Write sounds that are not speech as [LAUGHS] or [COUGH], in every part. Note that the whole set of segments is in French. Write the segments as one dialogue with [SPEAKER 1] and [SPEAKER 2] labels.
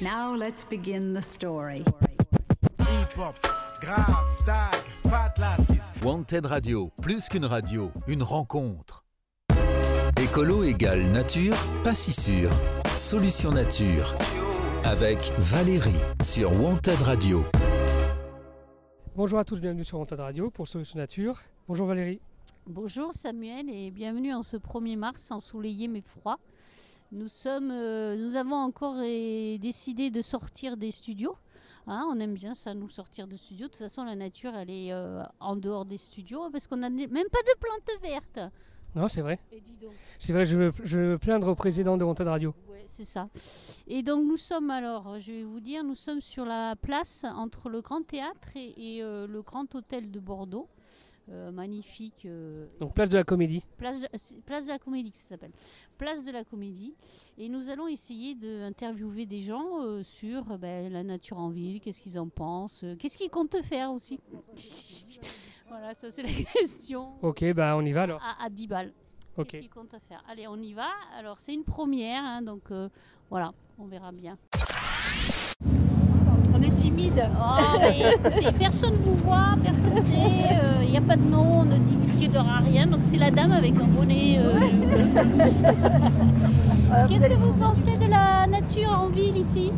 [SPEAKER 1] Now let's begin the story.
[SPEAKER 2] Hip-hop, grave, tag, fat lassis.
[SPEAKER 3] Wanted Radio, plus qu'une radio, une rencontre. Écolo égale nature, pas si sûr. Solution nature. Avec Valérie sur Wanted Radio.
[SPEAKER 4] Bonjour à tous, bienvenue sur Antad Radio pour Solution Nature. Bonjour Valérie.
[SPEAKER 5] Bonjour Samuel et bienvenue en ce 1er mars ensoleillé mais froid. Nous sommes, euh, nous avons encore euh, décidé de sortir des studios. hein, on aime bien ça, nous sortir de studios. De toute façon, la nature, elle est euh, en dehors des studios parce qu'on n'a même pas de plantes vertes.
[SPEAKER 4] Non, c'est vrai.
[SPEAKER 5] Et dis
[SPEAKER 4] C'est vrai, je veux, je veux plaindre au président de Antad Radio.
[SPEAKER 5] Ouais, c'est ça. Et donc nous sommes alors, je vais vous dire, nous sommes sur la place entre le Grand Théâtre et, et, euh, le Grand Hôtel de Bordeaux. Euh, magnifique. euh,
[SPEAKER 4] Donc place de la comédie.
[SPEAKER 5] place, de, c'est place de la Comédie que ça s'appelle. Place de la Comédie. Et nous allons essayer d'interviewer des gens euh, sur euh, ben, la nature en ville, qu'est-ce qu'ils en pensent, euh, qu'est-ce qu'ils comptent faire aussi. [LAUGHS] voilà, ça c'est la [LAUGHS] question.
[SPEAKER 4] Ok, bah on y va alors.
[SPEAKER 5] À, à 10 balles.
[SPEAKER 4] Ok.
[SPEAKER 5] Qu'est-ce qu'ils comptent faire Allez, on y va. Alors c'est une première, hein, donc euh, voilà, on verra bien.
[SPEAKER 6] On est timide.
[SPEAKER 5] Oh, mais [LAUGHS] écoutez, personne vous voit, personne ne sait, il n'y a pas de nom, on ne divulguera rien. Donc c'est la dame avec un bonnet. euh,
[SPEAKER 6] [LAUGHS] Euh, vous
[SPEAKER 5] Qu'est-ce que
[SPEAKER 6] allez-
[SPEAKER 5] vous pensez de la nature en ville ici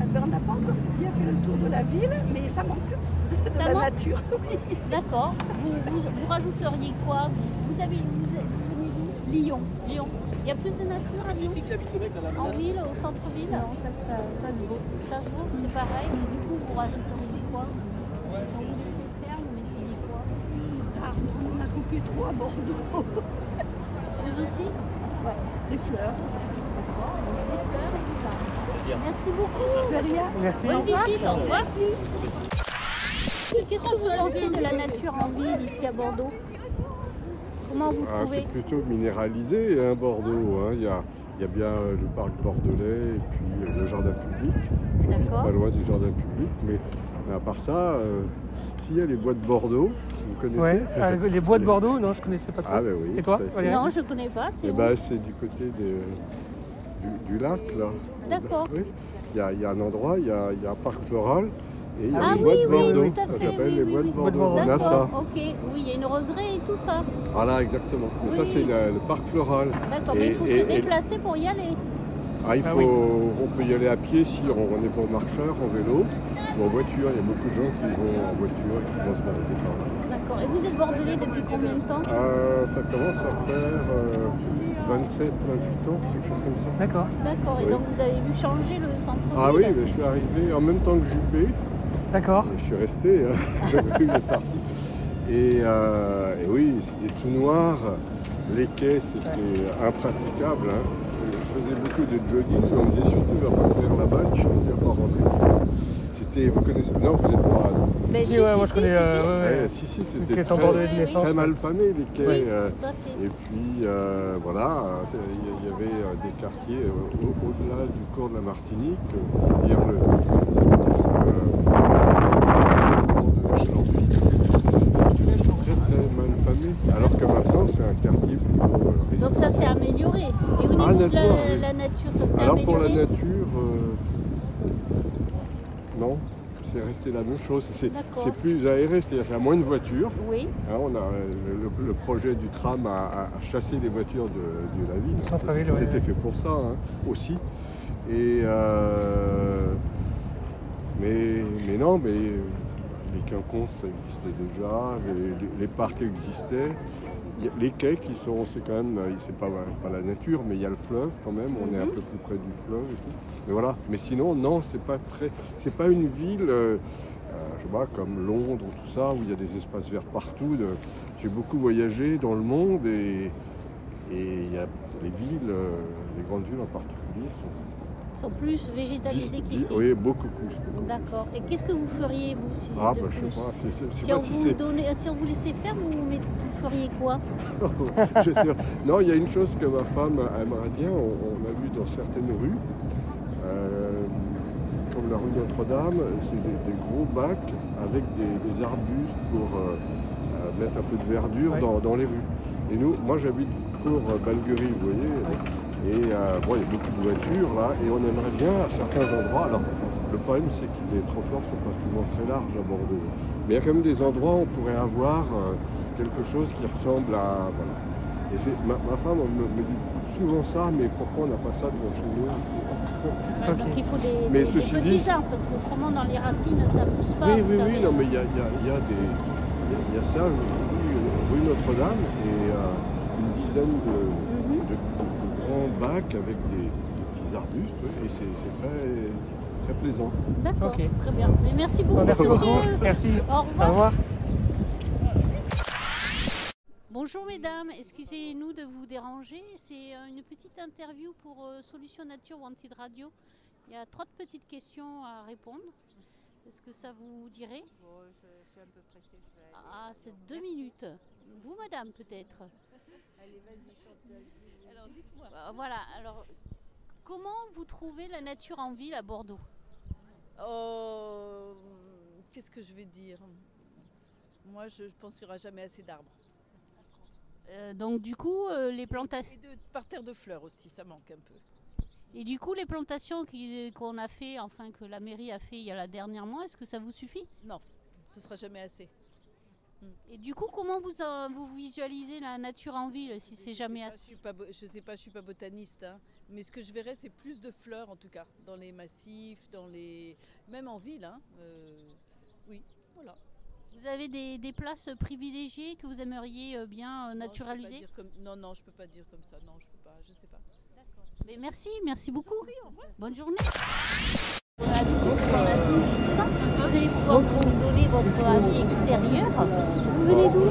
[SPEAKER 6] Eh ben, on n'a pas encore fait- bien fait le tour de la ville, mais ça manque [LAUGHS] de
[SPEAKER 5] Ça
[SPEAKER 6] la
[SPEAKER 5] manque
[SPEAKER 6] nature. Oui.
[SPEAKER 5] D'accord. Vous, vous- vous rajouteriez quoi vous, vous avez vous, vous venez d'où
[SPEAKER 6] Lyon.
[SPEAKER 5] Lyon. Il y a plus de nature à Lyon En ville, au centre-ville
[SPEAKER 6] ça, se vaut.
[SPEAKER 5] Ça se voit que c'est pareil, mais du coup vous rajouteriez quoi Quand vous laissez faire, vous mettriez quoi
[SPEAKER 6] Ah, on en a coupé trois à Bordeaux.
[SPEAKER 5] Vous aussi
[SPEAKER 6] Des fleurs.
[SPEAKER 5] Des fleurs et tout ça. Merci beaucoup.
[SPEAKER 6] De rien.
[SPEAKER 4] Merci.
[SPEAKER 5] Bonne visite, au revoir. Qu'est-ce que vous pensez de la nature en ville ici à Bordeaux Comment vous
[SPEAKER 7] Ah,
[SPEAKER 5] trouvez
[SPEAKER 7] c'est plutôt minéralisé, hein, Bordeaux. hein. Il y, a, il y a bien euh, le parc bordelais et puis euh, le jardin public. J'habite
[SPEAKER 5] D'accord.
[SPEAKER 7] pas loin du jardin public, mais, mais à part ça, euh, s'il y a les bois de Bordeaux, vous connaissez
[SPEAKER 4] Ouais, euh, les bois de Bordeaux, non, je connaissais pas trop.
[SPEAKER 7] Ah, ben oui.
[SPEAKER 4] Et toi,
[SPEAKER 7] ça, c'est-
[SPEAKER 4] Valérie
[SPEAKER 5] Non, je connais pas. C'est
[SPEAKER 7] [LAUGHS] Eh
[SPEAKER 5] où
[SPEAKER 7] ben, c'est du côté de- du, du lac, là.
[SPEAKER 5] D'accord.
[SPEAKER 7] Oui. Il y, a- il y a un endroit, il y a, il y a un parc floral et il y a
[SPEAKER 5] Ah
[SPEAKER 7] les
[SPEAKER 5] oui,
[SPEAKER 7] bois de
[SPEAKER 5] oui,
[SPEAKER 7] Bordeaux.
[SPEAKER 5] tout à
[SPEAKER 7] ça
[SPEAKER 5] fait,
[SPEAKER 7] s'appelle
[SPEAKER 5] oui,
[SPEAKER 7] les
[SPEAKER 5] oui,
[SPEAKER 7] bois
[SPEAKER 5] oui.
[SPEAKER 7] de Bordeaux. On a ça.
[SPEAKER 5] D'accord, ok. Oui, il y a une roseraie et tout ça.
[SPEAKER 7] Voilà, exactement. Mais ça,
[SPEAKER 5] Oui.
[SPEAKER 7] c'est la- le parc floral.
[SPEAKER 5] D'accord, mais il
[SPEAKER 7] Et-
[SPEAKER 5] faut
[SPEAKER 7] et-
[SPEAKER 5] se
[SPEAKER 7] et-
[SPEAKER 5] déplacer pour y aller.
[SPEAKER 7] Ah, il faut,
[SPEAKER 4] Ah oui.
[SPEAKER 7] On peut y aller à pied si on n'est pas au marcheur, en vélo ou en voiture. Il y a beaucoup de gens qui vont en voiture et qui vont se balader par là.
[SPEAKER 5] D'accord. Et vous êtes bordelais depuis combien de temps
[SPEAKER 7] Ah, ça commence à faire euh, 27, 28 ans, quelque chose comme ça.
[SPEAKER 4] D'accord.
[SPEAKER 5] D'accord. Et
[SPEAKER 7] Oui.
[SPEAKER 5] donc vous avez vu changer le centre-ville
[SPEAKER 7] Ah oui, mais je suis arrivé en même temps que Juppé.
[SPEAKER 4] D'accord.
[SPEAKER 7] Et je suis resté, [LAUGHS] hein. il est parti. Et, euh, et oui, c'était tout noir. Les quais, c'était impraticable. hein. Je faisais beaucoup de jogging, mais on me disait surtout vers pas vers la balle, je suis pas rentrer. C'était, vous connaissez, non, vous êtes pas.
[SPEAKER 5] Mais Ben, si,
[SPEAKER 4] ouais,
[SPEAKER 5] si,
[SPEAKER 4] moi
[SPEAKER 5] si,
[SPEAKER 4] je connais.
[SPEAKER 5] si, si.
[SPEAKER 4] euh, ouais,
[SPEAKER 7] Ouais,
[SPEAKER 4] ouais.
[SPEAKER 7] si, si,
[SPEAKER 4] Les
[SPEAKER 7] c'était
[SPEAKER 4] quais sont
[SPEAKER 7] très,
[SPEAKER 4] bordelais de
[SPEAKER 5] Oui,
[SPEAKER 4] naissance.
[SPEAKER 7] très mal famé, les quais.
[SPEAKER 5] Oui,
[SPEAKER 7] euh,
[SPEAKER 5] tout à fait.
[SPEAKER 7] et puis euh, voilà, il y avait euh, des quartiers euh, au- au-delà du cours de la Martinique, euh, c'est-à-dire le. euh, aujourd'hui, c'était très très mal famé, alors que maintenant c'est un quartier plutôt. euh, riche.
[SPEAKER 5] Donc ça s'est amélioré. Et au niveau de la,
[SPEAKER 7] d'accord, Ah, oui.
[SPEAKER 5] la nature, ça s'est
[SPEAKER 7] alors
[SPEAKER 5] amélioré
[SPEAKER 7] pour la nature, euh, non, c'est resté la même chose. C'est
[SPEAKER 5] D'accord.
[SPEAKER 7] c'est plus aéré, c'est-à-dire qu'il y a moins de voitures.
[SPEAKER 5] Oui,
[SPEAKER 7] Hein, on a euh, le, le projet du tram à, à- à chasser les voitures de, de la ville.
[SPEAKER 4] Centre-ville, ouais.
[SPEAKER 7] C'était fait pour ça hein, aussi. Et euh, mais, mais non, mais les quinconces ça existait déjà, les, les- les parcs existaient. Il y a Les quais qui sont, c'est quand même, euh, c'est pas, pas la nature, mais il y a le fleuve quand même, on est
[SPEAKER 4] Mhm.
[SPEAKER 7] un peu plus près du fleuve et tout. Mais voilà, mais sinon, non, c'est pas très, c'est pas une ville, euh, euh, je sais pas, comme Londres ou tout ça, où il y a des espaces verts partout. de- J'ai beaucoup voyagé dans le monde et, et il y a les villes, euh, les grandes villes en particulier, sont
[SPEAKER 5] ils sont plus végétalisés
[SPEAKER 7] dix- dix-
[SPEAKER 5] qu'ici.
[SPEAKER 7] oui, beaucoup plus. beaucoup plus.
[SPEAKER 5] D'accord. Et qu'est-ce que vous feriez vous si
[SPEAKER 7] Ah,
[SPEAKER 5] de
[SPEAKER 7] bah, je sais
[SPEAKER 5] plus
[SPEAKER 7] pas, c'est- c'est- je sais
[SPEAKER 5] Si on,
[SPEAKER 7] pas si
[SPEAKER 5] vous
[SPEAKER 7] c'est.
[SPEAKER 5] donnait, si on vous laissait faire, vous, vous met- vous feriez quoi
[SPEAKER 7] [LAUGHS] Je sais pas. non, il y a une chose que ma femme aimerait bien, on, on a vu dans certaines rues, euh, comme la rue Notre-Dame, c'est des, des gros bacs avec des, des arbustes pour euh, euh, mettre un peu de verdure
[SPEAKER 4] Ouais.
[SPEAKER 7] dans, dans les rues. Et nous, moi j'habite cours Balguerie, euh, vous voyez, Et euh, bon, il y a beaucoup de voitures là, et on aimerait bien à certains endroits. Alors, le problème, c'est que les trottoirs sont pas souvent très larges à Bordeaux. Mais il y a quand même des endroits où on pourrait avoir euh, quelque chose qui ressemble à. Voilà. Et c'est- ma, ma femme me, me dit souvent ça, mais pourquoi on n'a pas ça devant chez nous
[SPEAKER 5] Ouais,
[SPEAKER 4] Ok.
[SPEAKER 5] Donc il faut des,
[SPEAKER 7] Mais
[SPEAKER 5] des- des
[SPEAKER 7] ceci
[SPEAKER 5] petits
[SPEAKER 7] dit-
[SPEAKER 5] arbres parce qu'autrement dans les racines ça pousse pas.
[SPEAKER 7] Oui,
[SPEAKER 5] vous
[SPEAKER 7] oui, oui,
[SPEAKER 5] savez.
[SPEAKER 7] non, mais il y a, il y a- il y a des. Il y a- il y, a ça, euh, rue- rue Notre-Dame, et euh, une dizaine de,
[SPEAKER 5] Mhm.
[SPEAKER 7] de- de grands bacs avec des, des petits arbustes, oui, et c'est c'est très, très plaisant.
[SPEAKER 5] D'accord,
[SPEAKER 4] Ok.
[SPEAKER 5] très bien. Mais merci beaucoup,
[SPEAKER 4] Merci beaucoup.
[SPEAKER 5] monsieur.
[SPEAKER 4] Merci.
[SPEAKER 5] Au
[SPEAKER 4] Au
[SPEAKER 5] revoir.
[SPEAKER 4] revoir.
[SPEAKER 5] Bonjour mesdames, excusez-nous de vous déranger. C'est euh, une petite interview pour euh, Solution Nature Wanted Radio. Il y a trois petites questions à répondre. Est-ce que ça vous dirait Ah, c'est deux minutes. Vous, madame, peut-être Alors, dites-moi. Euh, voilà, alors, comment vous trouvez la nature en ville à Bordeaux
[SPEAKER 8] Oh, qu'est-ce que je vais dire Moi, je pense qu'il n'y aura jamais assez d'arbres.
[SPEAKER 5] Euh, Donc, du coup, euh, les plantations.
[SPEAKER 8] Et de parterres de fleurs aussi, ça manque un peu.
[SPEAKER 5] Et du coup, les plantations qui- euh, qu'on a fait, enfin que la mairie a fait il y a la dernière mois, est-ce que ça vous suffit
[SPEAKER 8] Ce sera jamais assez.
[SPEAKER 5] Et du coup, comment vous, euh, vous visualisez la nature en ville si c'est
[SPEAKER 8] Je
[SPEAKER 5] jamais
[SPEAKER 8] sais pas,
[SPEAKER 5] assez
[SPEAKER 8] Je suis pas bo- je sais pas, je suis pas botaniste, hein, mais ce que je verrais, c'est plus de fleurs en tout cas, dans les massifs, dans les, même en ville. hein, euh, oui, voilà.
[SPEAKER 5] Vous avez des, des places privilégiées que vous aimeriez euh, bien euh,
[SPEAKER 8] Non, je peux pas
[SPEAKER 5] naturaliser
[SPEAKER 8] dire comme- Non, non, je peux pas dire comme ça. Non, je peux pas. Je sais pas.
[SPEAKER 5] Mais merci, merci beaucoup. Bonne journée. Voilà, du coup, on a tout ça. Vous allez pouvoir nous donner votre avis extérieur. Vous venez d'où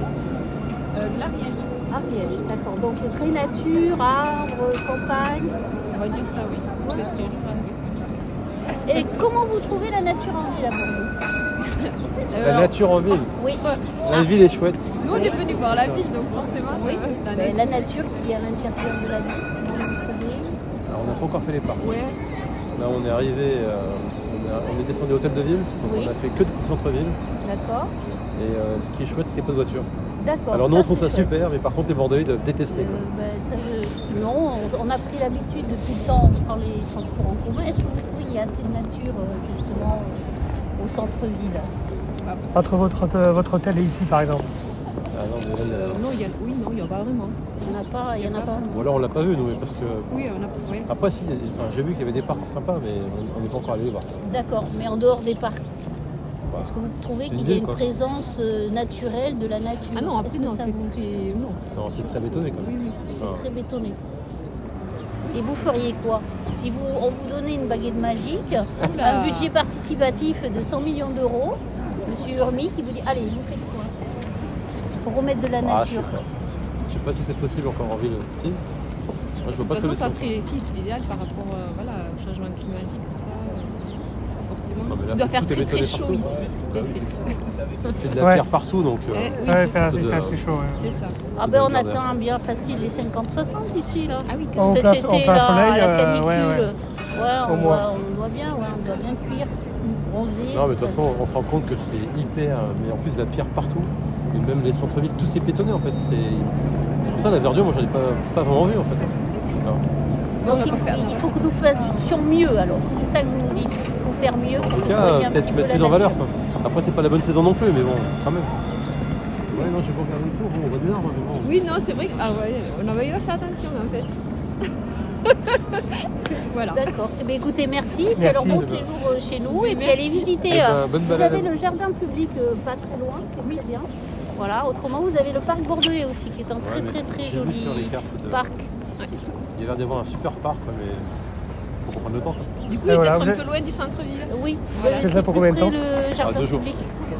[SPEAKER 8] Euh,
[SPEAKER 9] de l'Ariège.
[SPEAKER 5] Ariège, Euh, Ah, d'accord. Donc très nature, arbres, campagne.
[SPEAKER 9] On va dire ça, oui. C'est très riche.
[SPEAKER 5] Et comment vous trouvez la nature en ville à Bordeaux
[SPEAKER 9] Alors,
[SPEAKER 10] nature en ville.
[SPEAKER 5] Oui.
[SPEAKER 10] La ville est chouette.
[SPEAKER 9] nous, on est venus voir la ville, donc forcément,
[SPEAKER 5] Oui.
[SPEAKER 9] euh, la
[SPEAKER 5] Euh,
[SPEAKER 9] nature.
[SPEAKER 5] La nature qui est à l'intérieur de la ville, comment vous trouvez
[SPEAKER 10] Alors, on n'a pas encore fait les parcs.
[SPEAKER 9] Ouais.
[SPEAKER 10] Là, on est arrivé, euh, on, est- on est descendu au hôtel de ville, donc
[SPEAKER 5] Oui.
[SPEAKER 10] on a fait que du centre-ville.
[SPEAKER 5] D'accord.
[SPEAKER 10] Et euh, ce qui est chouette, c'est qu'il n'y a pas de voiture.
[SPEAKER 5] D'accord.
[SPEAKER 10] Alors, nous, on trouve
[SPEAKER 5] c'est
[SPEAKER 10] ça super, mais par contre, les Bordelais ils doivent détester.
[SPEAKER 5] Euh,
[SPEAKER 10] quoi.
[SPEAKER 5] ben, ça, je- Sinon, on- on a pris l'habitude depuis le temps, on prend les transports en commun. Est-ce que vous trouvez qu'il y a assez de nature euh, justement euh, au centre-ville
[SPEAKER 4] Entre votre, hôte- euh, votre hôtel et ici, par exemple.
[SPEAKER 10] Ah non, mais là,
[SPEAKER 9] Euh, non, il y a... Oui, non, il n'y en a pas vraiment.
[SPEAKER 5] Il n'y en a pas, il y en a pas.
[SPEAKER 10] il y a- Ou alors, on l'a pas vu, nous, mais parce que.
[SPEAKER 9] Oui, on a pas. ouais.
[SPEAKER 10] Après, si, enfin, j'ai vu qu'il y avait des parcs sympas, mais on- on n'est pas encore allé les voir.
[SPEAKER 5] D'accord, mais en dehors des parcs.
[SPEAKER 10] Ouais.
[SPEAKER 5] Est-ce que vous trouvez
[SPEAKER 10] C'est
[SPEAKER 5] qu'il
[SPEAKER 10] une
[SPEAKER 5] y a
[SPEAKER 10] ville,
[SPEAKER 5] une
[SPEAKER 10] quoi.
[SPEAKER 5] présence euh, naturelle de la nature
[SPEAKER 9] Ah non,
[SPEAKER 5] Est-ce
[SPEAKER 9] après,
[SPEAKER 5] que
[SPEAKER 9] non,
[SPEAKER 5] ça
[SPEAKER 9] c'est
[SPEAKER 5] vous-
[SPEAKER 9] très. Non.
[SPEAKER 10] Non, c'est très bétonné quand même.
[SPEAKER 9] Oui, oui.
[SPEAKER 10] Enfin,
[SPEAKER 5] très bétonné. Et vous feriez quoi Si vous, on vous donnait une baguette magique,
[SPEAKER 9] Oula.
[SPEAKER 5] un budget participatif de 100 millions d'euros, Monsieur Urmi qui vous dit allez, vous faites quoi Pour remettre de la
[SPEAKER 10] ah, je sais
[SPEAKER 5] nature.
[SPEAKER 10] pas. Je sais pas si c'est possible encore en ville. Si Moi, je vois
[SPEAKER 9] De
[SPEAKER 10] pas
[SPEAKER 9] toute
[SPEAKER 10] de
[SPEAKER 9] façon, ça
[SPEAKER 10] solution.
[SPEAKER 9] serait. Si, c'est l'idéal par rapport euh, voilà, au changement climatique, tout ça. euh,
[SPEAKER 10] Non,
[SPEAKER 9] Forcément.
[SPEAKER 10] mais là,
[SPEAKER 9] il doit
[SPEAKER 10] c'est-
[SPEAKER 9] faire
[SPEAKER 10] tout est
[SPEAKER 9] très très
[SPEAKER 10] bétonné
[SPEAKER 9] chaud
[SPEAKER 10] partout.
[SPEAKER 9] ici.
[SPEAKER 10] Bah oui. C'est de la
[SPEAKER 4] Ouais.
[SPEAKER 10] pierre partout, donc. euh,
[SPEAKER 9] Eh, oui,
[SPEAKER 4] Ouais,
[SPEAKER 9] c'est
[SPEAKER 4] c'est
[SPEAKER 9] ça.
[SPEAKER 10] ça
[SPEAKER 4] assez,
[SPEAKER 10] doit-
[SPEAKER 4] assez chaud. ouais.
[SPEAKER 9] C'est ça.
[SPEAKER 5] Ah ben on
[SPEAKER 10] Regarde.
[SPEAKER 5] atteint bien facile les 50-60 ici là.
[SPEAKER 9] Ah oui, quand
[SPEAKER 4] En
[SPEAKER 9] même.
[SPEAKER 5] Cet
[SPEAKER 4] plein-
[SPEAKER 5] été
[SPEAKER 4] en plein
[SPEAKER 5] là,
[SPEAKER 4] soleil,
[SPEAKER 5] la
[SPEAKER 4] euh,
[SPEAKER 5] canicule.
[SPEAKER 4] ouais, ouais.
[SPEAKER 5] Ouais,
[SPEAKER 4] Au
[SPEAKER 5] on,
[SPEAKER 4] moins.
[SPEAKER 5] doit, on doit bien, ouais, on doit bien cuire, bronzer.
[SPEAKER 10] Non, mais de toute
[SPEAKER 5] tout ça.
[SPEAKER 10] façon, on se rend compte que c'est hyper. euh, Mais en plus, de la pierre partout. Et même les centres-villes, tout s'est pétonné en fait. C'est c'est pour ça la verdure, moi, j'en ai pas, pas vraiment vu en fait. Non.
[SPEAKER 5] Donc
[SPEAKER 9] on va
[SPEAKER 5] il,
[SPEAKER 9] pas faire
[SPEAKER 5] il faut que nous fassions mieux alors. C'est ça que vous nous dites. Il faut faire mieux.
[SPEAKER 10] En
[SPEAKER 5] pour
[SPEAKER 10] tout cas,
[SPEAKER 5] nettoyer
[SPEAKER 10] euh,
[SPEAKER 5] un petit
[SPEAKER 10] peut-être
[SPEAKER 5] peu
[SPEAKER 10] mettre
[SPEAKER 5] la
[SPEAKER 10] plus en
[SPEAKER 5] nature.
[SPEAKER 10] valeur. quoi. Après, c'est pas la bonne saison non plus, mais bon, quand même. Ouais, non, je vais pas faire le tour. Bon, on va des arbres, mais bon.
[SPEAKER 9] Oui, non, c'est vrai que. Ah ouais, on aurait dû faire attention, en fait. voilà.
[SPEAKER 5] D'accord. Eh bien, écoutez, merci. Puis
[SPEAKER 4] Merci.
[SPEAKER 5] alors bon séjour euh, chez nous et puis
[SPEAKER 9] Merci.
[SPEAKER 5] allez
[SPEAKER 10] Eh
[SPEAKER 5] visiter.
[SPEAKER 10] ben,
[SPEAKER 5] euh,
[SPEAKER 10] bonne
[SPEAKER 5] vous
[SPEAKER 10] balade.
[SPEAKER 5] avez le jardin public euh, pas trop loin, qui est très bien. Voilà. Autrement, vous avez le parc bordelais aussi, qui est un très
[SPEAKER 10] Ouais, mais
[SPEAKER 5] très très
[SPEAKER 10] j'ai vu
[SPEAKER 5] joli
[SPEAKER 10] sur les cartes de-
[SPEAKER 5] parc.
[SPEAKER 10] Il y a l'air d'y avoir un super parc, quoi, mais faut prendre le temps. quoi.
[SPEAKER 9] Du coup,
[SPEAKER 4] Et
[SPEAKER 9] il est
[SPEAKER 4] voilà,
[SPEAKER 9] peut-être
[SPEAKER 4] vous
[SPEAKER 9] un
[SPEAKER 4] êtes-
[SPEAKER 9] peu loin du centre-ville.
[SPEAKER 5] Oui.
[SPEAKER 9] Voilà.
[SPEAKER 5] oui,
[SPEAKER 4] C'est ça pour
[SPEAKER 5] plus
[SPEAKER 4] combien de
[SPEAKER 5] près
[SPEAKER 4] temps
[SPEAKER 5] Le jardin
[SPEAKER 10] Ah, deux jours.
[SPEAKER 5] public.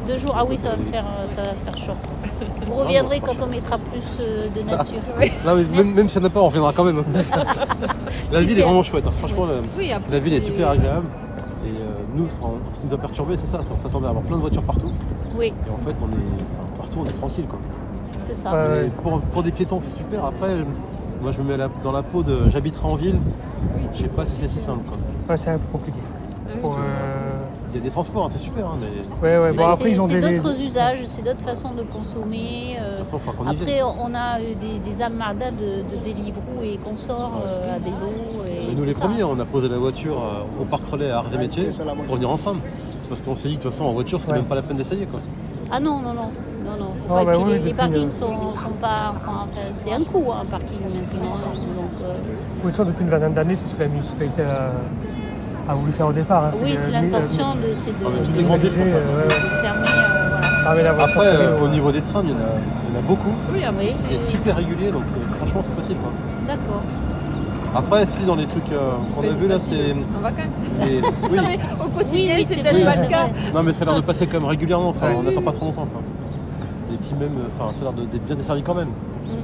[SPEAKER 5] Deux jours. Ah oui, ça va me faire, euh, ça va
[SPEAKER 10] [LAUGHS]
[SPEAKER 5] me faire chaud. Vous reviendrez quand on mettra plus euh, de nature.
[SPEAKER 10] Non, mais même, même si on n'a pas, on reviendra
[SPEAKER 5] [LAUGHS]
[SPEAKER 10] quand même. la ville est vraiment chouette, hein. franchement. la-
[SPEAKER 9] Oui, après,
[SPEAKER 10] La ville est
[SPEAKER 9] c'est-
[SPEAKER 10] super agréable. Et euh, nous, enfin, ce qui nous a perturbé, c'est ça, c'est qu'on s'attendait à avoir plein de voitures partout.
[SPEAKER 5] Oui,
[SPEAKER 10] Et en fait, on est enfin, partout, on est tranquille. Quoi.
[SPEAKER 5] c'est ça.
[SPEAKER 4] Ouais.
[SPEAKER 10] Et Pour, pour des piétons, c'est super. Après, euh, moi, je me mets à la- dans la peau de j'habiterai en ville. Je sais pas si c'est si simple. Quoi.
[SPEAKER 4] Ouais, c'est un peu compliqué.
[SPEAKER 9] Ah oui.
[SPEAKER 4] Pour, euh,
[SPEAKER 7] il y a des transports, hein, c'est super. hein, mais...
[SPEAKER 4] Ouais, ouais, bon,
[SPEAKER 5] Bah,
[SPEAKER 4] après,
[SPEAKER 5] c'est-
[SPEAKER 4] ils ont
[SPEAKER 5] c'est
[SPEAKER 4] des.
[SPEAKER 5] d'autres usages, c'est d'autres façons de consommer. euh,
[SPEAKER 7] De toute façon, faut qu'on y vienne.
[SPEAKER 5] après, on a euh, des, des amardas de, de Deliveroo et consorts euh, à vélo. Et,
[SPEAKER 7] Mais nous,
[SPEAKER 5] tout
[SPEAKER 7] les
[SPEAKER 5] ça.
[SPEAKER 7] premiers, on a posé la voiture euh, au parc relais à Ardemétier pour venir en tram. Parce qu'on s'est dit que de toute façon, en voiture, c'était même pas la peine d'essayer. quoi.
[SPEAKER 5] Ah non, non, non. Non, non, faut
[SPEAKER 7] Ah,
[SPEAKER 5] pas, et
[SPEAKER 7] bah
[SPEAKER 5] puis
[SPEAKER 7] oui,
[SPEAKER 5] les, les
[SPEAKER 7] depuis,
[SPEAKER 5] parkings
[SPEAKER 7] euh,
[SPEAKER 5] sont, sont pas. enfin, c'est un coût, hein, un parking maintenant. hein, donc, euh,
[SPEAKER 4] Oui, de toute façon, depuis une vingtaine d'années, c'est ce que la municipalité a, a voulu faire au départ. hein.
[SPEAKER 5] oui,
[SPEAKER 4] euh,
[SPEAKER 5] c'est
[SPEAKER 4] mais, euh,
[SPEAKER 5] l'intention de, c'est de,
[SPEAKER 7] toutes
[SPEAKER 5] de-
[SPEAKER 7] Ah, bah, les grandes villes
[SPEAKER 5] de
[SPEAKER 7] font ça.
[SPEAKER 5] fermer. euh, voilà.
[SPEAKER 4] Fermer la voiture.
[SPEAKER 7] Après, euh,
[SPEAKER 4] fermer,
[SPEAKER 7] au
[SPEAKER 4] ouais.
[SPEAKER 7] niveau des trains, il y en a, il y en a beaucoup.
[SPEAKER 5] Oui, ah oui.
[SPEAKER 7] C'est super régulier, donc euh, franchement, c'est facile. quoi.
[SPEAKER 5] D'accord.
[SPEAKER 7] Après, si dans les trucs euh, qu'on
[SPEAKER 11] Mais
[SPEAKER 7] a
[SPEAKER 11] c'est
[SPEAKER 7] vu là, c'est.
[SPEAKER 11] facile. En
[SPEAKER 9] [LAUGHS]
[SPEAKER 11] vacances.
[SPEAKER 5] [LAUGHS]
[SPEAKER 7] les- Oui.
[SPEAKER 11] Mais Au quotidien,
[SPEAKER 5] Oui, oui,
[SPEAKER 11] c'est
[SPEAKER 5] c'est
[SPEAKER 11] peut-être
[SPEAKER 5] vrai,
[SPEAKER 11] pas le
[SPEAKER 5] c'est
[SPEAKER 11] cas.
[SPEAKER 5] vrai.
[SPEAKER 7] Non, mais ça a l'air de passer quand même régulièrement. Enfin,
[SPEAKER 4] Ouais.
[SPEAKER 7] on n'attend pas trop longtemps. quoi. Et puis même, euh, enfin, ça a l'air de- d'être bien desservi quand même.
[SPEAKER 5] Mm.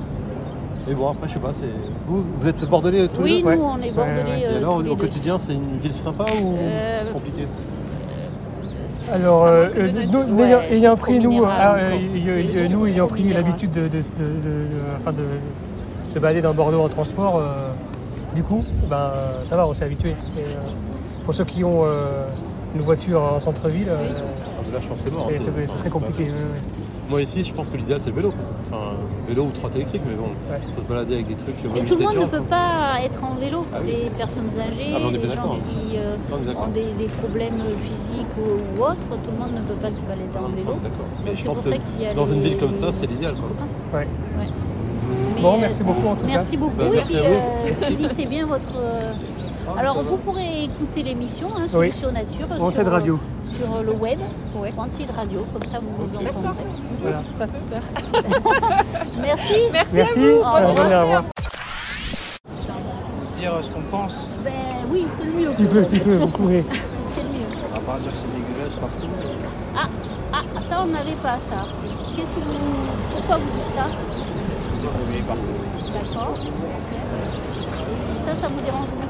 [SPEAKER 7] Mais bon, après, je sais pas. c'est- Vous, vous êtes bordelais tous les
[SPEAKER 5] Oui,
[SPEAKER 7] deux
[SPEAKER 5] nous, on est bordelais.
[SPEAKER 7] Et
[SPEAKER 5] euh,
[SPEAKER 7] alors,
[SPEAKER 5] tous
[SPEAKER 7] au
[SPEAKER 5] les
[SPEAKER 7] au
[SPEAKER 5] deux.
[SPEAKER 7] quotidien, c'est une ville sympa ou
[SPEAKER 5] Euh,
[SPEAKER 7] compliquée
[SPEAKER 4] Alors,
[SPEAKER 11] Ça
[SPEAKER 4] euh,
[SPEAKER 11] manque de
[SPEAKER 4] euh,
[SPEAKER 11] nature.
[SPEAKER 4] nous,
[SPEAKER 5] Ouais,
[SPEAKER 4] ayant-
[SPEAKER 5] c'est
[SPEAKER 4] ayant
[SPEAKER 5] trop
[SPEAKER 4] pris, nous,
[SPEAKER 5] minéral,
[SPEAKER 4] euh, euh,
[SPEAKER 5] encore.
[SPEAKER 4] euh,
[SPEAKER 5] C'est-
[SPEAKER 4] nous,
[SPEAKER 5] c'est
[SPEAKER 4] ayant
[SPEAKER 5] trop
[SPEAKER 4] pris
[SPEAKER 5] minéral.
[SPEAKER 4] l'habitude de, de- de- de- enfin, de se balader dans Bordeaux en transport, euh, du coup, ben, ça va, on s'est habitué. Et, euh, pour ceux qui ont euh, une voiture en centre-ville, euh,
[SPEAKER 7] Ah, mais Là, je pense que c'est mort. hein,
[SPEAKER 4] c'est- c'est
[SPEAKER 7] enfin,
[SPEAKER 4] c'est très
[SPEAKER 7] pas-
[SPEAKER 4] compliqué. ouais, ouais.
[SPEAKER 7] Moi, ici, je pense que l'idéal, c'est le vélo. quoi. Enfin, vélo ou trotte électrique, mais bon,
[SPEAKER 4] Ouais.
[SPEAKER 7] faut se balader avec des trucs.
[SPEAKER 5] Mais tout le monde ne peut pas être en vélo.
[SPEAKER 7] Ah oui.
[SPEAKER 5] Les personnes âgées,
[SPEAKER 7] Ah, mais on est bien
[SPEAKER 5] les gens
[SPEAKER 7] d'accord.
[SPEAKER 5] qui euh,
[SPEAKER 7] Ça, on est d'accord.
[SPEAKER 5] ont des, des problèmes physiques ou, ou autres, tout le monde ne peut pas se balader en vélo.
[SPEAKER 7] Ah, D'accord.
[SPEAKER 5] Donc,
[SPEAKER 7] Mais je
[SPEAKER 5] c'est
[SPEAKER 7] pense
[SPEAKER 5] pour
[SPEAKER 7] que
[SPEAKER 5] ça qu'il y a
[SPEAKER 7] dans une
[SPEAKER 5] les-
[SPEAKER 7] ville comme ça, c'est l'idéal. quoi.
[SPEAKER 4] Ouais.
[SPEAKER 5] Mais,
[SPEAKER 4] Bon,
[SPEAKER 5] euh,
[SPEAKER 4] merci beaucoup, en tout cas.
[SPEAKER 5] Merci beaucoup.
[SPEAKER 7] Bah,
[SPEAKER 5] et
[SPEAKER 7] merci
[SPEAKER 5] puis,
[SPEAKER 7] à vous. Ah,
[SPEAKER 5] euh, Sylvie, c'est bien votre. euh, Alors, vous pourrez écouter l'émission hein, sur,
[SPEAKER 4] Oui.
[SPEAKER 5] sur Nature,
[SPEAKER 4] Antenne
[SPEAKER 5] sur,
[SPEAKER 4] radio.
[SPEAKER 5] euh, sur euh, le web, Antide Radio, comme ça vous vous entendrez.
[SPEAKER 4] Voilà.
[SPEAKER 11] Ça fait peur.
[SPEAKER 5] Merci.
[SPEAKER 11] Merci, à
[SPEAKER 4] Merci,
[SPEAKER 11] vous. bonne
[SPEAKER 4] bonne journée, au revoir.
[SPEAKER 12] Dire euh, ce qu'on pense.
[SPEAKER 5] Ben oui, c'est le mieux.
[SPEAKER 4] Tu peux, tu peux, beaucoup rire.
[SPEAKER 5] C'est le mieux.
[SPEAKER 12] On va pas dire que c'est dégueulasse partout.
[SPEAKER 5] Ah, ah, ça, on n'avait pas ça. Qu'est-ce que vous. Pourquoi vous dites ça
[SPEAKER 12] Parce que c'est pollué partout.
[SPEAKER 5] D'accord. ok. Et ça, ça vous dérange beaucoup.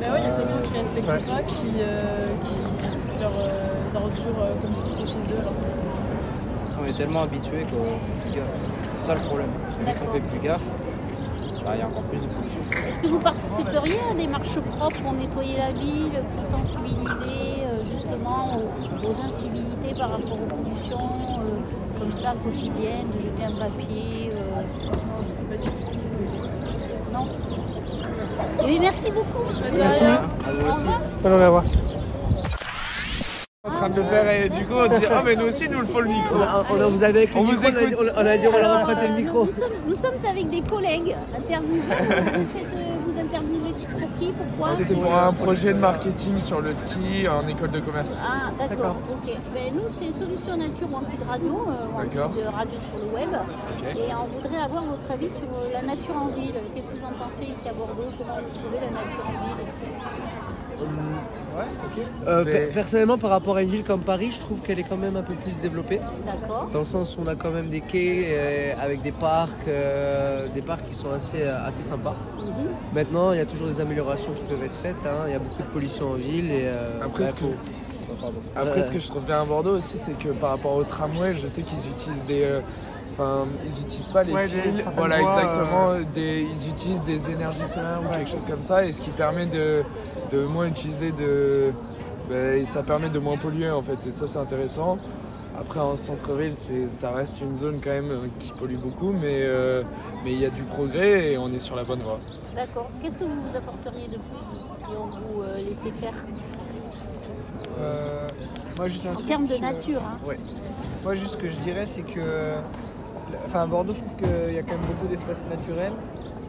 [SPEAKER 8] Bah ouais, il y a plein de gens qui respectent pas, qui, euh, qui foutent leurs euh, armes du jour euh, comme si c'était chez eux. alors que-
[SPEAKER 12] On est tellement habitué qu'on fait plus gaffe. C'est ça le problème. Parce que dès qu'on
[SPEAKER 5] D'accord.
[SPEAKER 12] fait plus gaffe, bah, il y a encore plus de pollution.
[SPEAKER 5] Est-ce que vous participeriez à des marches propres pour nettoyer la ville, pour sensibiliser euh, justement aux, aux incivilités par rapport aux pollutions, euh, comme ça, quotidiennes, de jeter un papier euh,
[SPEAKER 8] Non, je sais pas du tout.
[SPEAKER 5] Non Mais merci beaucoup
[SPEAKER 8] Merci.
[SPEAKER 12] À vous aussi.
[SPEAKER 4] Bonne journée, au revoir.
[SPEAKER 13] en train de le faire et du coup on dit ah mais nous aussi nous le faut le micro.
[SPEAKER 9] on vous avait avec le
[SPEAKER 13] On vous
[SPEAKER 9] micro, on a-
[SPEAKER 13] écoute.
[SPEAKER 9] on a- on a dit, on va leur emprunter le micro.
[SPEAKER 5] Nous sommes, euh, nous sommes avec des collègues
[SPEAKER 13] [LAUGHS]
[SPEAKER 5] interviewés. Vous, faites, euh, vous interviewez pour qui Pourquoi
[SPEAKER 13] Ah, C'est pour un projet de marketing sur le ski en école de commerce.
[SPEAKER 5] Ah, d'accord, ok. Ben, nous, c'est Solution Nature ou Antide Radio, euh, ou
[SPEAKER 13] D'accord.
[SPEAKER 5] Antide Radio sur le web. Et on voudrait avoir votre avis sur euh, la nature en ville. Qu'est-ce que vous en pensez ici à Bordeaux Comment vous trouvez la nature en ville
[SPEAKER 9] Euh, per- Personnellement, par rapport à une ville comme Paris, je trouve qu'elle est quand même un peu plus développée.
[SPEAKER 5] D'accord.
[SPEAKER 9] Dans le sens où on a quand même des quais euh, avec des parcs, euh, des parcs qui sont assez, euh, assez sympas.
[SPEAKER 12] Mhm.
[SPEAKER 9] Maintenant, il y a toujours des améliorations qui peuvent être faites. hein. Il y a beaucoup de pollution en ville. Et, euh,
[SPEAKER 13] Après,
[SPEAKER 9] bref,
[SPEAKER 13] ce que-
[SPEAKER 9] faut-
[SPEAKER 13] Après,
[SPEAKER 9] Ouais.
[SPEAKER 13] ce que je trouve bien à Bordeaux aussi, c'est que par rapport au tramway, je sais qu'ils utilisent des. euh, Enfin, ils utilisent pas les
[SPEAKER 4] Ouais, des-
[SPEAKER 13] fils.
[SPEAKER 4] certaines
[SPEAKER 13] Voilà,
[SPEAKER 4] voies,
[SPEAKER 13] exactement.
[SPEAKER 14] euh.
[SPEAKER 13] Des, ils utilisent des énergies solaires ou quelque chose comme ça, et ce qui permet de, de moins utiliser de. ben, ça permet de moins polluer en fait, et ça c'est intéressant. Après, en centre-ville, c'est- ça reste une zone quand même euh, qui pollue beaucoup, mais euh, mais il y a du progrès et on est sur la bonne voie.
[SPEAKER 5] D'accord. Qu'est-ce que vous vous apporteriez de plus si on vous euh, laissait faire
[SPEAKER 14] Euh, moi, juste un
[SPEAKER 5] En
[SPEAKER 14] truc
[SPEAKER 5] termes de
[SPEAKER 14] que-
[SPEAKER 5] nature, hein.
[SPEAKER 14] Ouais. Moi, juste ce que je dirais, c'est que. la- Enfin, à Bordeaux, je trouve qu'il y a quand même beaucoup d'espaces naturels,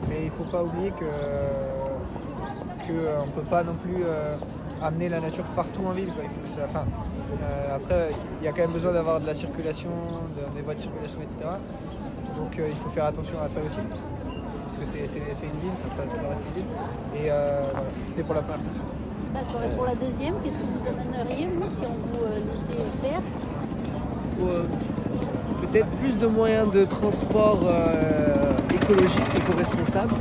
[SPEAKER 14] mais il faut pas oublier que. que, euh, on peut pas non plus euh, amener la nature partout en ville. quoi. Il faut que ça- enfin, euh, après, il y a quand même besoin d'avoir de la circulation, de- des voies de circulation, etc. Donc, euh, il faut faire attention à ça aussi. Parce que c'est c'est- c'est une ville, enfin, ça, ça reste une ville. Et euh, voilà, c'était pour la première question.
[SPEAKER 5] D'accord. Et pour la deuxième, qu'est-ce que vous amèneriez, vous, si on vous euh, laissait faire
[SPEAKER 9] faut, euh, peut-être plus de moyens de transport euh, écologique, éco-responsable,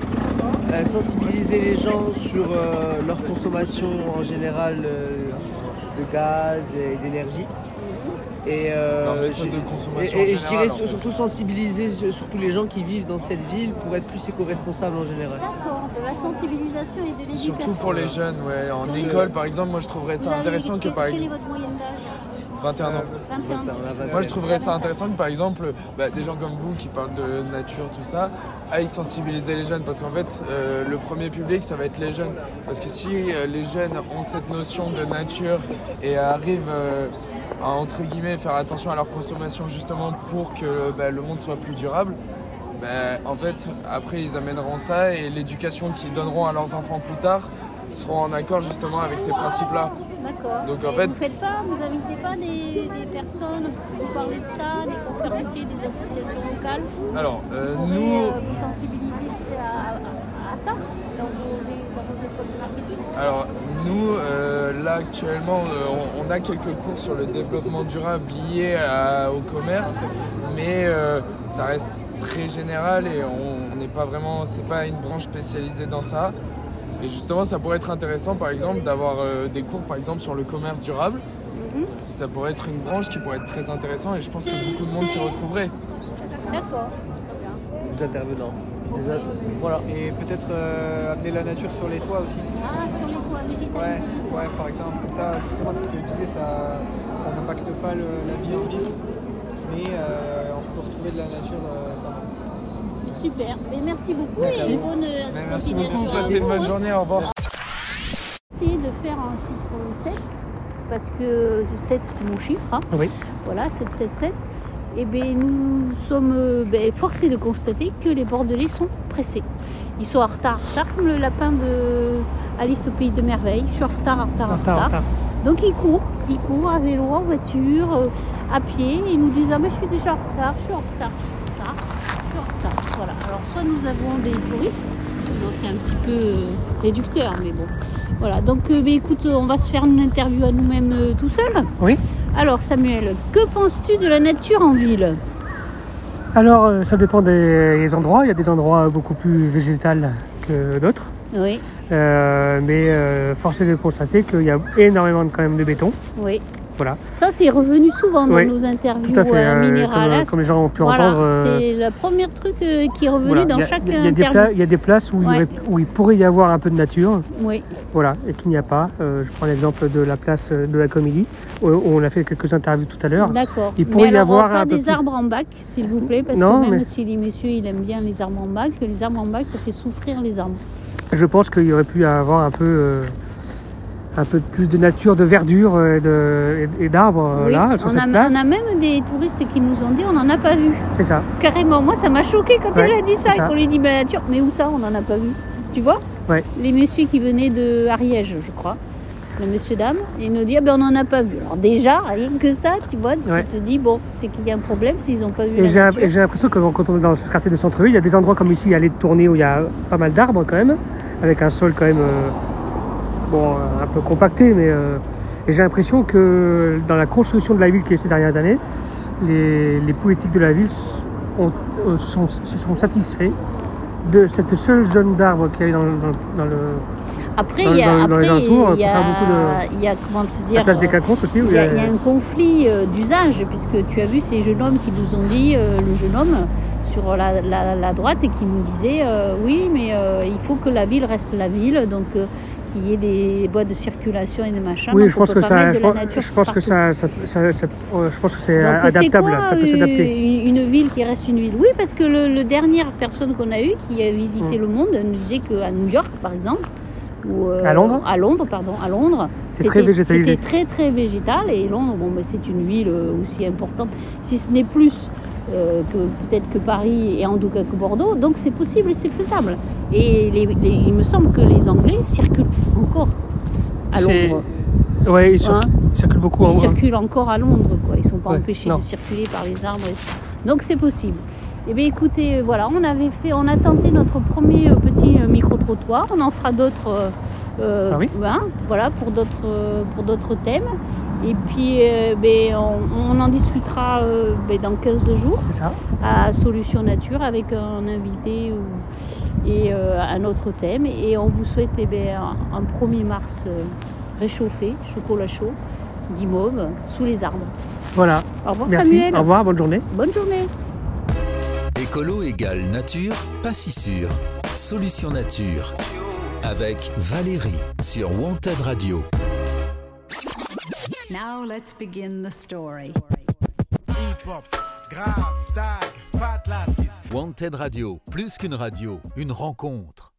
[SPEAKER 9] Euh, sensibiliser les gens sur euh, leur consommation en général euh, de gaz et d'énergie. Et, euh,
[SPEAKER 13] Leur méthode
[SPEAKER 9] j'ai-
[SPEAKER 13] de consommation
[SPEAKER 9] et- et
[SPEAKER 13] en
[SPEAKER 9] je
[SPEAKER 13] général,
[SPEAKER 9] dirais
[SPEAKER 13] en
[SPEAKER 9] sur-
[SPEAKER 13] fait.
[SPEAKER 9] surtout sensibiliser sur- surtout les gens qui vivent dans cette ville pour être plus éco-responsables en général.
[SPEAKER 5] D'accord. Ben, de la sensibilisation et de l'éducation.
[SPEAKER 13] Surtout pour les jeunes, ouais. En
[SPEAKER 5] Surtout-
[SPEAKER 13] école, par exemple, moi je trouverais
[SPEAKER 5] Vous
[SPEAKER 13] ça
[SPEAKER 5] avez-
[SPEAKER 13] intéressant que
[SPEAKER 5] quel-
[SPEAKER 13] par
[SPEAKER 5] Quel est
[SPEAKER 13] exemple.
[SPEAKER 5] votre moyen d'âge
[SPEAKER 13] 21
[SPEAKER 9] Euh,
[SPEAKER 13] ans.
[SPEAKER 5] 21 ans.
[SPEAKER 13] Moi, je trouverais ça intéressant que, par exemple, bah, des gens comme vous qui parlent de nature, tout ça, aillent sensibiliser les jeunes. Parce qu'en fait, euh, le premier public, ça va être les jeunes. Parce que si euh, les jeunes ont cette notion de nature et arrivent euh, à, entre guillemets, faire attention à leur consommation justement pour que bah, le monde soit plus durable, bah, en fait, après, ils amèneront ça et l'éducation qu'ils donneront à leurs enfants plus tard seront en accord justement avec ces principes-là.
[SPEAKER 5] D'accord.
[SPEAKER 13] Donc, en
[SPEAKER 5] Et
[SPEAKER 13] fait-
[SPEAKER 5] Vous faites pas, vous invitez pas des, des personnes pour vous parler de ça, des conférenciers, des associations locales
[SPEAKER 13] Alors, euh,
[SPEAKER 5] Vous pourrez,
[SPEAKER 13] nous,
[SPEAKER 5] euh, vous sensibiliser à, à- à ça dans vos, dans vos écoles de marketing
[SPEAKER 13] Alors nous, euh, là actuellement, euh, on, on a quelques cours sur le développement durable liés à- au commerce, mais euh, ça reste très général et on on n'est pas vraiment, c'est pas une branche spécialisée dans ça. Et justement, ça pourrait être intéressant, par exemple, d'avoir euh, des cours, par exemple, sur le commerce durable.
[SPEAKER 15] Mhm.
[SPEAKER 13] Ça pourrait être une branche qui pourrait être très intéressante et je pense que beaucoup de monde s'y retrouverait.
[SPEAKER 5] D'accord.
[SPEAKER 16] Les intervenants.
[SPEAKER 13] Les
[SPEAKER 16] autres. Voilà.
[SPEAKER 15] Et peut-être euh, amener la nature sur les toits aussi.
[SPEAKER 5] Ah, sur les toits,
[SPEAKER 15] Ouais, ouais, par exemple. Comme ça, justement, c'est ce que je disais, ça, ça n'impacte pas le- la vie en ville, mais euh, on peut retrouver de la nature euh, dans
[SPEAKER 5] Super. Mais merci beaucoup
[SPEAKER 15] Merci.
[SPEAKER 5] et bonne euh,
[SPEAKER 15] Mais
[SPEAKER 13] Merci beaucoup,
[SPEAKER 5] continuation.
[SPEAKER 13] passez une bonne journée, au revoir.
[SPEAKER 5] essayer de faire un chiffre 7, parce que 7 c'est mon chiffre, hein.
[SPEAKER 4] Oui.
[SPEAKER 5] voilà, 7, 7, 7. Et bien Eh ben, nous sommes euh, ben, forcés de constater que les Bordelais sont pressés. Ils sont en retard, retard comme le lapin de Alice au pays de merveilles. Je suis en retard, en retard, en retard.
[SPEAKER 4] Ah.
[SPEAKER 5] Donc ils courent, ils courent à vélo, en voiture, euh, à pied. Ils nous disent Ah, mais je suis déjà en retard, je suis en retard, je suis en retard, je suis en retard. Voilà. Alors, soit nous avons des touristes, sinon c'est un petit peu euh, réducteur, mais bon. Voilà. Donc, euh, mais écoute, euh, on va se faire une interview à nous-mêmes euh, tout seul.
[SPEAKER 4] Oui.
[SPEAKER 5] Alors, Samuel, que penses-tu de la nature en ville
[SPEAKER 4] Alors, euh, ça dépend des, des endroits. Il y a des endroits beaucoup plus végétales que d'autres.
[SPEAKER 5] Oui,
[SPEAKER 4] Euh, mais euh, force est de constater qu'il y a énormément de, quand même de béton.
[SPEAKER 5] oui.
[SPEAKER 4] Voilà.
[SPEAKER 5] Ça, c'est revenu souvent dans
[SPEAKER 4] Oui,
[SPEAKER 5] nos interviews
[SPEAKER 4] tout à fait,
[SPEAKER 5] euh,
[SPEAKER 4] euh,
[SPEAKER 5] minérales.
[SPEAKER 4] comme- comme les gens ont pu
[SPEAKER 5] Voilà,
[SPEAKER 4] entendre, euh,
[SPEAKER 5] C'est le premier truc euh, qui est revenu
[SPEAKER 4] Voilà.
[SPEAKER 5] dans
[SPEAKER 4] il, y a,
[SPEAKER 5] chaque
[SPEAKER 4] il y a des
[SPEAKER 5] interview.
[SPEAKER 4] pla- il y a des places où, il y
[SPEAKER 5] Ouais.
[SPEAKER 4] aurait- où il pourrait y avoir un peu de nature.
[SPEAKER 5] Oui.
[SPEAKER 4] Voilà, et qu'il n'y a pas. Euh, je prends l'exemple de la place euh, de la Comédie, où où on a fait quelques interviews tout à l'heure.
[SPEAKER 5] D'accord.
[SPEAKER 4] Il pourrait
[SPEAKER 5] Mais
[SPEAKER 4] y
[SPEAKER 5] alors,
[SPEAKER 4] avoir
[SPEAKER 5] pas
[SPEAKER 4] un peu
[SPEAKER 5] des
[SPEAKER 4] plus-
[SPEAKER 5] arbres en bac, s'il vous plaît, parce
[SPEAKER 4] Non,
[SPEAKER 5] que même
[SPEAKER 4] mais-
[SPEAKER 5] si les messieurs ils aiment bien les arbres en bac, les arbres en bac ça fait souffrir les arbres.
[SPEAKER 4] Je pense qu'il y aurait pu avoir un peu, euh, un peu plus de nature, de verdure euh, et de- et et d'arbres euh,
[SPEAKER 5] Oui,
[SPEAKER 4] là, sur
[SPEAKER 5] on,
[SPEAKER 4] cette
[SPEAKER 5] a,
[SPEAKER 4] place.
[SPEAKER 5] on a même des touristes qui nous ont dit on n'en a pas vu.
[SPEAKER 4] C'est ça.
[SPEAKER 5] Carrément, moi ça m'a choqué quand
[SPEAKER 4] Ouais,
[SPEAKER 5] elle a dit ça
[SPEAKER 4] c'est
[SPEAKER 5] et
[SPEAKER 4] ça.
[SPEAKER 5] qu'on lui dit bah, la nature, mais où ça on n'en a pas vu Tu vois
[SPEAKER 4] Ouais.
[SPEAKER 5] Les messieurs qui venaient de Ariège, je crois, le monsieur dame, ils nous dit ah ben on n'en a pas vu. Alors déjà, rien que ça, tu vois,
[SPEAKER 4] Ouais.
[SPEAKER 5] tu te dis bon, c'est qu'il y a un problème s'ils n'ont pas vu
[SPEAKER 4] Et
[SPEAKER 5] la
[SPEAKER 4] j'ai
[SPEAKER 5] nature.
[SPEAKER 4] et j'ai l'impression que quand on est dans ce quartier de centre-ville, il y a des endroits comme ici, à l'allée de tournée, où il y a pas mal d'arbres quand même, avec un sol quand même euh, bon, euh, un peu compacté. Mais, euh, et j'ai l'impression que dans la construction de la ville qui est ces dernières années, les, les politiques de la ville s- ont- euh, se sont, se sont satisfaits de cette seule zone d'arbres qu'il y avait dans, le- dans- dans le.
[SPEAKER 5] Après,
[SPEAKER 4] dans-
[SPEAKER 5] il y a,
[SPEAKER 4] dans- dans les
[SPEAKER 5] après,
[SPEAKER 4] entours, pour
[SPEAKER 5] il y a-
[SPEAKER 4] faire beaucoup de-
[SPEAKER 5] il y a- comment te dire,
[SPEAKER 4] La place des
[SPEAKER 5] euh,
[SPEAKER 4] Cacons aussi, où
[SPEAKER 5] Il y, a,
[SPEAKER 4] il y a-
[SPEAKER 5] il y a un conflit euh, d'usage, puisque tu as vu ces jeunes hommes qui nous ont dit, euh, le jeune homme sur la, la- la droite, et qui nous disait euh, oui, mais euh, il faut que la ville reste la ville, donc euh, qu'il y ait des voies de circulation et des machins.
[SPEAKER 4] oui,
[SPEAKER 5] donc
[SPEAKER 4] je
[SPEAKER 5] on
[SPEAKER 4] pense,
[SPEAKER 5] peut
[SPEAKER 4] que
[SPEAKER 5] pas
[SPEAKER 4] ça,
[SPEAKER 5] mettre
[SPEAKER 4] je,
[SPEAKER 5] de la
[SPEAKER 4] pense-
[SPEAKER 5] nature
[SPEAKER 4] je pense que
[SPEAKER 5] partout.
[SPEAKER 4] ça, ça- ça- ça- euh, je pense que c'est
[SPEAKER 5] Donc, c'est
[SPEAKER 4] adaptable,
[SPEAKER 5] quoi,
[SPEAKER 4] ça peut
[SPEAKER 5] euh,
[SPEAKER 4] s'adapter.
[SPEAKER 5] Une, une ville qui reste une ville. Oui, parce que le, le dernière personne qu'on a eue qui a visité
[SPEAKER 4] Mm.
[SPEAKER 5] le monde nous disait qu'à New York, par exemple, ou euh,
[SPEAKER 4] À Londres
[SPEAKER 5] à Londres, pardon, à Londres,
[SPEAKER 4] C'est très végétalisé.
[SPEAKER 5] C'était très très végétal et Londres, bon, mais c'est une ville euh, aussi importante, si ce n'est plus. euh, que peut-être que Paris et en tout cas que Bordeaux, donc c'est possible et c'est faisable. Et les- les- il me semble que les Anglais circulent encore à
[SPEAKER 4] C'est-
[SPEAKER 5] Londres.
[SPEAKER 4] Ouais, ils, circulent-
[SPEAKER 5] Hein
[SPEAKER 4] ils circulent beaucoup en
[SPEAKER 5] Ils
[SPEAKER 4] haut. hein.
[SPEAKER 5] circulent encore à Londres, quoi. Ils sont pas
[SPEAKER 4] Ouais,
[SPEAKER 5] empêchés
[SPEAKER 4] non.
[SPEAKER 5] de circuler par les arbres. Donc c'est possible. Eh bien écoutez, euh, voilà, on avait fait, on a tenté notre premier euh, petit euh, micro-trottoir. On en fera d'autres. euh, euh,
[SPEAKER 4] Ah oui
[SPEAKER 5] ben, voilà, pour d'autres euh, pour d'autres thèmes. Et puis euh, ben, on, on en discutera euh, ben, dans 15 jours
[SPEAKER 4] hein.
[SPEAKER 5] à Solution Nature avec un invité ou- et euh, un autre thème. Et on vous souhaite eh ben, un, un 1er mars euh, réchauffé, chocolat chaud, guimauve, sous les arbres.
[SPEAKER 4] Voilà.
[SPEAKER 5] Au revoir
[SPEAKER 4] Merci.
[SPEAKER 5] Samuel.
[SPEAKER 4] Au revoir, bonne journée.
[SPEAKER 5] Bonne journée.
[SPEAKER 3] Écolo égale nature, pas si sûr. Solution Nature avec Valérie sur Wanted Radio.
[SPEAKER 1] Now let's begin the story.
[SPEAKER 2] Hip-hop, grave, tag, fat lassis.
[SPEAKER 3] Wanted Radio, plus qu'une radio, une rencontre.